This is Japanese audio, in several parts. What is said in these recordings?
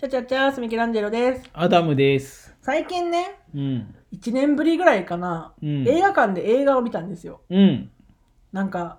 チャチャチャースミケランジェロです。アダムです。最近ね、うん。 1年ぶりぐらいかな、うん。映画館で映画を見たんですよ。うん。なんか、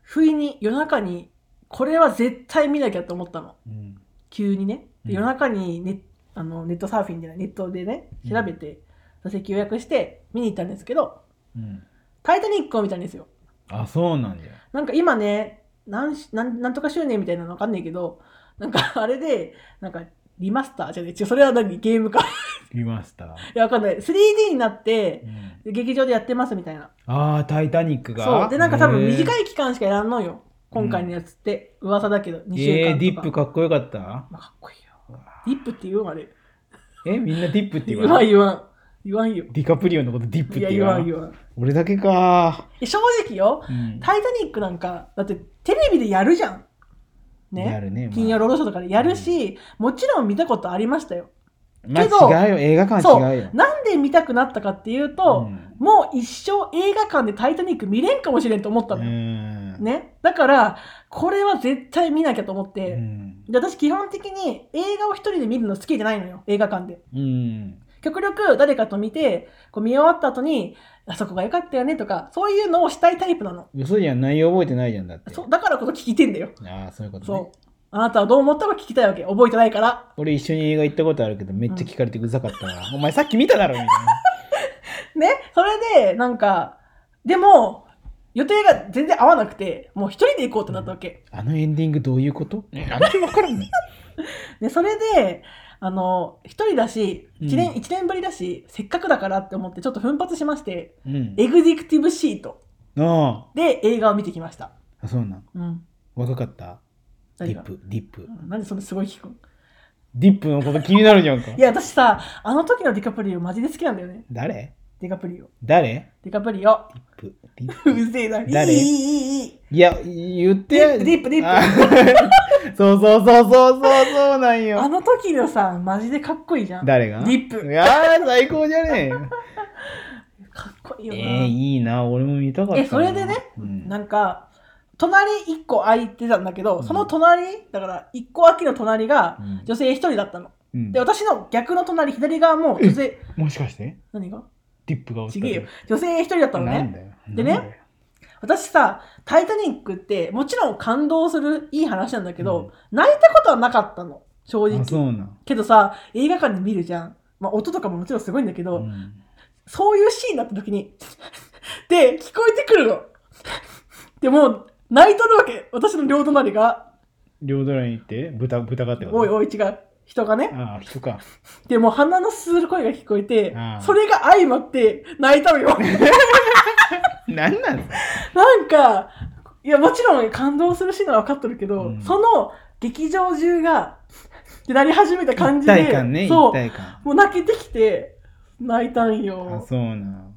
不意に夜中に、これは絶対見なきゃと思ったの。うん。急にね。でうん夜中にネあのネットサーフィンじゃない、ネットでね、調べて、座席予約して見に行ったんですけど、うん。タイタニックを見たんですよ。あ、そうなんだよ。なんか今ね、なんしなんなんとか周年みたいなのわかんないけど、なんか あれで、なんかリマスターじゃね違う、それは何ゲームか。見ました。いや、わかんない。3D になってう、ん、劇場でやってますみたいな。ああ、タイタニックが。そう。で、なんか多分短いい期間しかやらんのよ。今回のやつって。噂だけど、2週間とか。えー、ディップかっこよかったまあ、かっこいいよ。ディップって言うんあれ。え、みんなディップって言言わわんない言わん。言わんよ。ディカプリオのことディップっいや、て言言わわなんい言わん。俺だけか。え正直よ、うん。タイタニックなんか、だってテレビでやるじゃん。ね。やるね。まあ金曜ロードショーとかでやるし、もちろん見たことありましたよ。まけどあ違うよ。映画館そうは違うよ。なんで見たくなったかっていうと、んもう一生映画館でタイタニック見れんかもしれんと思ったのよ。うん。ね、だからこれは絶対見なきゃと思っうて、ん。で私基本的に映画を一人で見るの好きじゃないのよ映画館でうん。極力誰かと見てこう見終わった後にあそこが良かったよねとかそういうのをしたいタイプなの嘘じゃん。内容覚えてないじゃんだって。そうだからこそ聞いてんだよ、ああ、そういうことねそ。うあなたはどう思ったか聞きたいわけ覚えてないから俺一緒に映画行ったことあるけど、めっちゃ聞かれてうざかったな。お前さっき見ただろみたいな。 ねそれでなんかでも予定が全然合わなくてもう一人で行こうってなったわけ、あのエンディングどういうことなんてわからんのでそれであの一人だしうん一年,、一年ぶりだしせっかくだからって思ってちょっと奮発しましてうん。エグゼクティブシートあで映画を見てきました、あ、そうなん。うん、若かった何ディがップ、ディップう。んなんでそんなすごい聞くんディップのこと気になるじゃんかい。や私さあの時のディカプリオマジで好きなんだよね誰ディカプリオ誰ディカプリオディップ、ディップ。うぜえないい誰いいいいいいや、言ってディップディップディッププ。 そうそうそうそうそうそうなんあよ。の時のさマジでかっこいいじゃんか誰がディップいやー、最高じゃねえよ。っこいい えよな、ー、いいな。俺も見たかったな。えそれでねうん、なんか隣1個空いてたんだけど、その隣だから1個空きの隣がうん女性1人だったのうんで私の逆の隣左側も女性もしかして何がディップが落ちちたげえよ女性一人だったのなねんだよ。でねなんだよ私さ「タイタニック」ってもちろん感動するいい話なんだけど、泣いたことはなかったの正あ、そう直なん。けどさ映画館で見るじゃん、まあ、音とかももちろんすごいんだけど、うんそういうシーンだった時に で聞こえてくるのでもう泣いとるわけ私の両隣が両ドラに行って豚豚が「ってことおいおい違う」人がねああ人か でもう鼻のする声が聞こえてあーそれが相まって泣いたの よ何なんですかなんか、いや、もちろん感動するシーンは分かってるけど、うんその劇場中が、ってなり始めた感一じで、体感ねそ一う、体感もう泣けてきて、泣いたんあよ。そうなん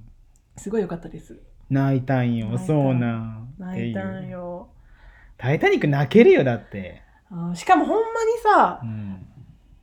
すごい良かったです。泣いたんよ泣いたそうなん泣いたんってうよ。タイタニック泣けるよだってあしかもほんまにさう、ん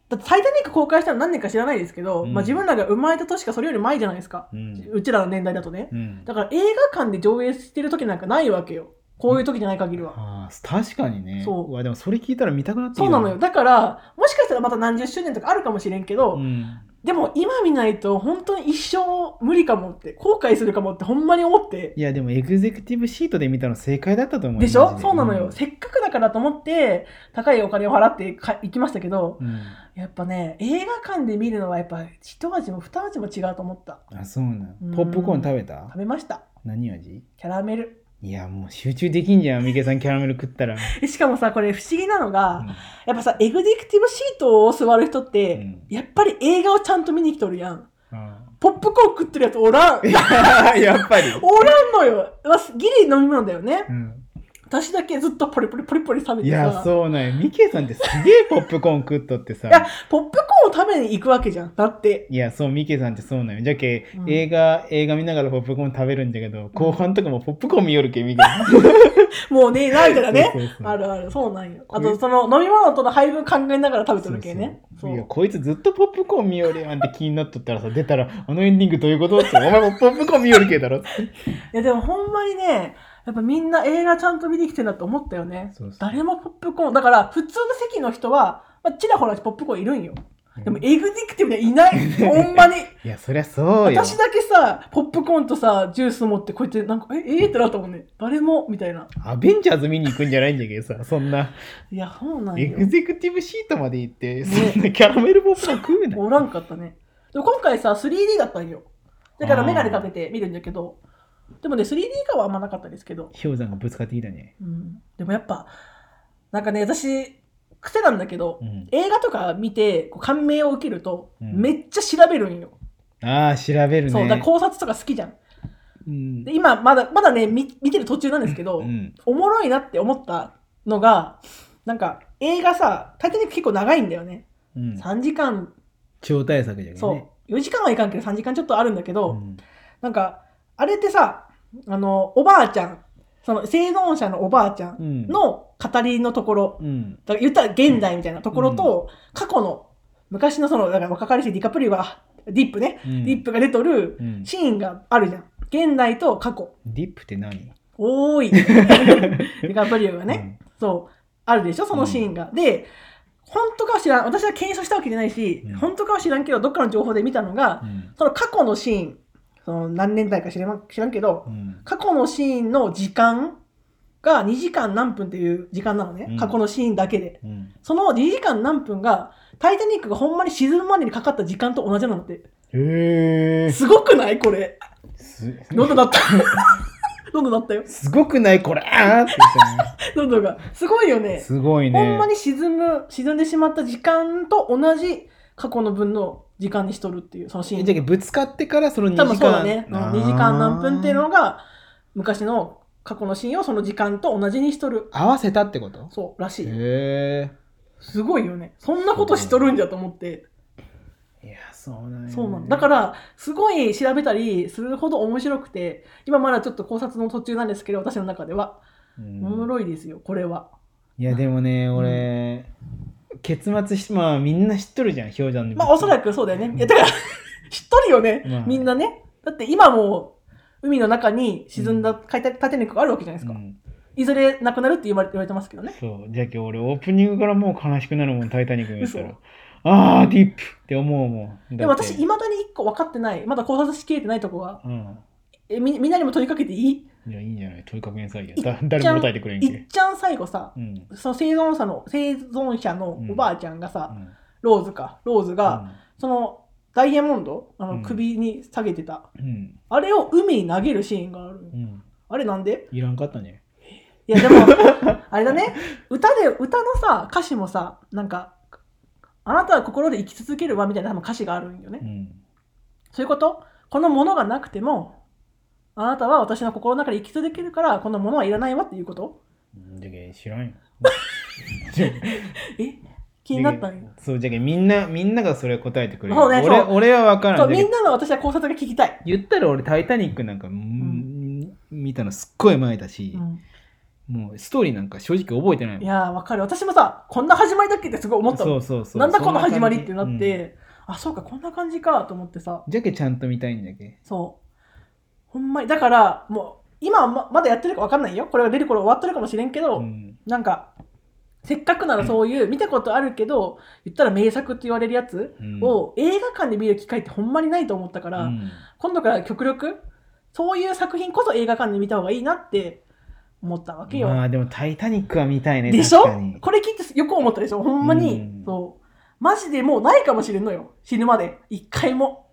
だってタイタニック公開したの何年か知らないですけど、うんまあ自分らが生まれた年かそれより前じゃないですか。うんうちらの年代だとね。うんだから映画館で上映してる時なんかないわけよ。こういう時じゃない限りは。あー確かにねそうわでもそれ聞いたら見たくなってきたそうなのよ。だから、もしかしたらまた何十周年とかあるかもしれんけど、うんでも今見ないと本当に一生無理かもって後悔するかもってほんまに思っていやでもエグゼクティブシートで見たの正解だったと思うでしマょジそうなのよ、んせっかくだからと思って高いお金を払ってか行きましたけどうんやっぱね映画館で見るのはやっぱ一味も二味も違うと思ったあそうなうんんポップコーン食べた食べました何味キャラメルいやもう集中できんじゃんミケさんキャラメル食ったらえしかもさこれ不思議なのが、うんやっぱさエグゼクティブシートを座る人って、うんやっぱり映画をちゃんと見に来とるやんあポップコーン食ってるやつおらんー やっぱりおらんのよまあギリ飲み物だよねうん私だけずっとポリポリポリポリ食べいてさや、そうなんや。ミケさんってすげえポップコーン食っとってさい。や、ポップコーンを食べに行くわけじゃん。だって。いや、そう、ミケさんってそうなんよ。じゃけ、うん映画、映画見ながらポップコーン食べるんだけど、後半とかもポップコーン見よるけ、ミケ。もうね、ないからね。そうそうそうあるある、そうなんよ。こあれと、その飲み物との配分考えながら食べてるわけね。そそうそういや、う。こいつずっとポップコーン見よるやんって気になっとったらさ、出たら、あのエンディングどういうことって、お前もポップコーン見よるけだろって。いや、でもほんまにね、やっぱみんな映画ちゃんと見に来てんだと思ったよね。そうそう誰もポップコーン。だから、普通の席の人は、まあ、ちらほらポップコーンいるんよ。でも、エグディクティブでい ない。ほんまに。いや、そりゃそうよ。私だけさ、ポップコーンとさ、ジュース持って、こうやって、なんか、え、えーってなったもんね。誰も、みたいな。アベンジャーズ見に行くんじゃないんだけどさ、そんな、いや、そうなんエグよ。ゼクティブシートまで行って、そんなキャラメルポップコーン食うな よ。おらんかったね。でも今回さ、3D だったんよ。だからあーメガネかけて見るんだけど、でもね、3D 感はあんまなかったですけど。氷山がぶつかってきたね。うん。でもやっぱ、なんかね、私、癖なんだけど、うん。映画とか見て、こう感銘を受けると、うんめっちゃ調べるんよ。ああ、調べるね。そう、だから考察とか好きじゃん。うんで、今、まだ、まだね、み見てる途中なんですけど、うん。おもろいなって思ったのがなんか映画さ「タイタニック」結構長いんだよねうん。 3時間超大作じゃけどね。そう4時間はいかんけど3時間ちょっとあるんだけど、うんなんかあれってさあのおばあちゃんその生存者のおばあちゃんうん。の語りのところうん。だから言ったら現代みたいなところと、過去の昔のそのだから若かりしディカプリオがディップね、うんディップが出とるうんシーンがあるじゃん現代と過去ディップって何多 いディカプリオがね、ね。そう、あるでしょ、そのシーンが。で、本当かは知らん、私は検証したわけじゃないし、うん本当かは知らんけど、どっかの情報で見たのが、うんその過去のシーン、その何年代か知らん知らんけど、うん。過去のシーンの時間が2時間何分っていう時間なのね、うん過去のシーンだけで。うん。その2時間何分が、タイタニックがほんまに沈むまでにかかった時間と同じなのって。へえ。すごくないこれ。 す喉だった。喉だったよ。すごくないこれあーって言っ喉が。すごいよたね ね。。すごいね。ほんまに沈む沈んでしまった時間と同じ過去の分の時間にしとるっていうそのシーえじゃンあぶつかってからその2時多間分そうだねうんあー2時間何分っていうのが昔の過去のシーンをその時間と同じにしとる合わせたってことそうらしいへすごいよねそんなことしとるんじゃと思ってえいやそうなんや、そうなんだかららすごい調べたりするほど面白くて今まだちょっと考察の途中なんですけど私の中ではおおもろいですよこれはいやでもね俺、結末しまあみんな知っとるじゃん氷山のまあおそらくくそうだよね。いやだから 知っとるよね、まあみんなね。だって今もう海の中に沈んだタイタニックがあるわけじゃないですか。いずれなくなるって言われ言われてますけどね。そうじゃけ俺オープニングからもう悲しくなるもん「タイタニック」見たら「あーディップ」って思うもんでも私、今いまだに一個分かってない、まだ考察しきれてないとこは、うんえみみんなにも問いかけていいいやいいんじゃない問いかけなさいよだ誰も答えてくれんいっけちゃん最後さ、うんその生存者の生存者のおばあちゃんがさ、うんローズか、ローズが、そのダイヤモンド、あうのん首に下げてた、うんあれを海に投げるシーンがある。うんあれなんでいらんかったねいやで もあれだね歌で歌のさ歌詞もさなんか「あなたは心で生き続けるわ」みたいな多分歌詞があるんよね、うんそういうことこのものがなくてもあなたは私の心の中で生き続けるからこのものはいらないわっていうことじゃけ知らんよ。え 気になったんよそうじゃけみんなみんながそれ答えてくれる。そうね俺そう俺は分から。そうんじみんゃけなの私は考察が聞きたい、言ったら俺「タイタニック」なんか、ん見たのすっごい前だしう、んもうストーリーなんか正直覚えてないもんいやーわかる私もさこんな始まりだっけってすごい思ったそのうそうそう。なんだこのそ始感じまりってなっ。て、あそうかこんな感じかと思ってさうんじゃけちゃんと見たいんだけ。そう。ほんまに、だから、もう、今はままだやってるかわかんないよ。これが出る頃終わってるかもしれんけど、うんなんか、せっかくならそういう、見たことあるけど、言ったら名作って言われるやつうんを映画館で見る機会ってほんまにないと思ったかうら、ん今度から極力、そういう作品こそ映画館で見た方がいいなって思ったわけよ。まあでも「タイタニック」は見たいね。でしょ確かにこれ聞いてよく思ったでしょほんまに、うんそう。マジでもうないかもしれんのよ。死ぬまで。一回も。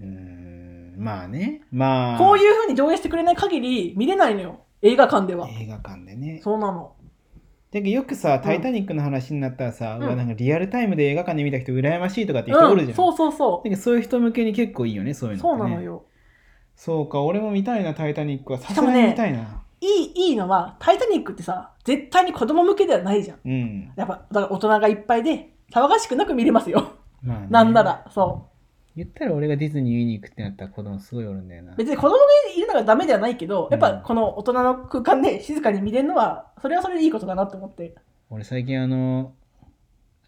うんまあね。まあ。こういう風に上映してくれない限り見れないのよ映画館では、映画館でね。そうなのだけどよくさ「タイタニック」の話になったらさ、うんうわなんかリアルタイムで映画館で見た人羨ましいとかっていう人おうるじゃん、んそうそうそだけどそういう人向けに結構いいよねそういううの、ね、そうなのよそうか俺も見たいな「タイタニック」はさすしかもがねに見たいな、いいいいのは「タイタニック」ってさ絶対に子供向けではないじゃんうんやっぱだから大人がいっぱいで騒がしくなく見れますよまあねなんならそ言ったら俺がディズニー見に行くってなったら子供すごいおるんだよなう別に子供がいるのがダメではないけどやっぱこの大人の空間で静かに見れるのはそれはそれでいいことだなと思って俺最近あの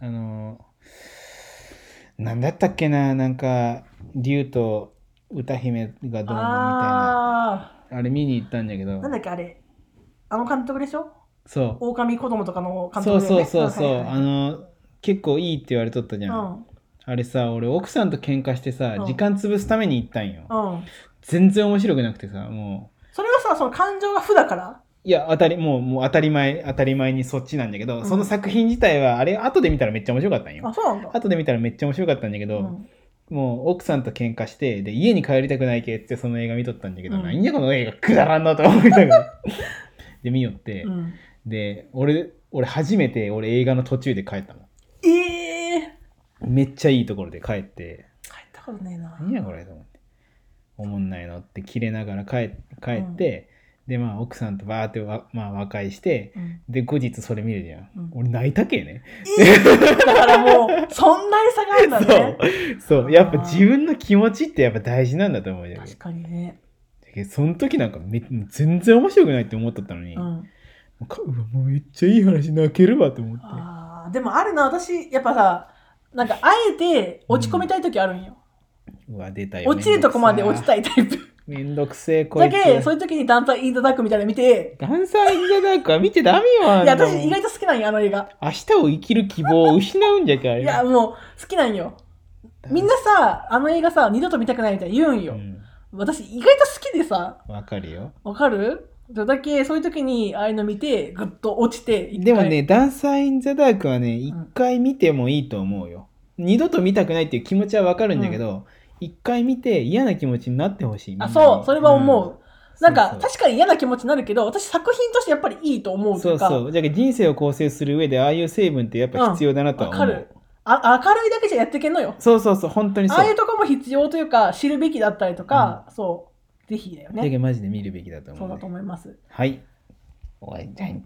あのなんだったっけななんか竜と歌姫がどうのみたいなああれ見に行ったんだけあどーなんだっけあれあの監督でしょそう狼子供とかの監そう督だよそうねそうそう、はいはいはいあの結構いいって言われとったじゃん、うあれさ俺奥さんと喧嘩してさ、うん時間潰すために行ったんよ、ん、うん、全然面白くなくてさもうそれはさその感情が負だからいや当たりもうもう当たり前当たり前にそっちなんだけど、うんその作品自体はあれ後で見たらめっちゃ面白かったんよあそうなんだ後で見たらめっちゃ面白かったんだけど、うんもう奥さんと喧嘩してで家に帰りたくないけってその映画見とったんだけど、うんなんやこの映画くだらんなと思いなが らで見よって、うん、で俺俺初めて俺映画の途中で帰ったのええー、めっちゃいいところで帰って帰ったことねえな何やこれと思って思んないのって切れながら帰帰って、でまあ奥さんとバーってわ、まあ、和解してうんで後日それ見るじゃん、うん俺泣いたけねだからもうそんなに差があるんだね そうそうやっぱ自分の気持ちってやっぱ大事なんだと思うじゃん確かにね、けどその時なんかめ全然面白くないって思っとったのに、うもん、うかうわもうめっちゃいい話泣けるわと思ってあーでもあるな私やっぱさなんかあえて落ち込みたい時あるんよ、うわ出たよ落ちるとこまで落ちたいいタイプめんどくせえ こだいつけそういう時にダンサーインザダークみたいなの見てダンサー・イン・ザ・ダークは見てダメよあいんやなもん私意外と好きなんよあの映 画明日を生きる希望を失うんじゃけあれいやもう好きなんよみんなさあの映画さ二度と見たくないみたいな言うんうよ、ん私意外と好きでさわかるよわかるだけそういう時にああいうの見てグッと落ちて一回でもねダンサー・イン・ザ・ダークはね一ん回見てもいいと思うよ、二度と見たくないっていう気持ちはわかるんだけど、一回見て嫌な気持ちになってほしいあそうそれは思う、なんか確かに確かに嫌な気持ちになるけど私作品としてやっぱりいいと思うとそいううかそう。じゃあ人生を構成する上でああいう成分ってやっぱ必要だなとは思うう。んわかるあ明るいだけじゃやってけんのよそうそうそう、本当にそう。ああいうとこも必要というか知るべきだったりとか、そうぜひだよだけねどマジで見るべきだと思そううね、だと思いますはい。終わりたい。